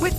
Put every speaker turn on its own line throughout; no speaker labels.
With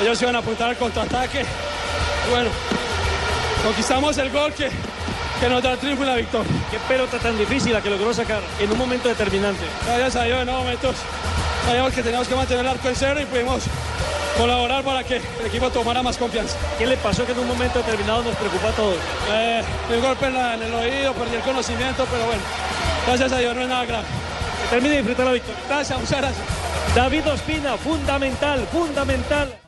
Ellos iban a apuntar al contraataque. Bueno, conquistamos el gol que, que nos da el triunfo y la victoria. Qué pelota tan difícil la que logró sacar en un momento determinante. Gracias a Dios, en unos momentos sabíamos que teníamos que mantener el arco en cero y pudimos colaborar para que el equipo tomara más confianza. ¿Qué le pasó que en un momento determinado nos preocupa a todos? Eh, un golpe en, la- en el oído, perdí el conocimiento, pero bueno, gracias a Dios no es nada grave. Que termine de disfrutar la victoria. Gracias, muchas gracias. David Ospina, fundamental, fundamental.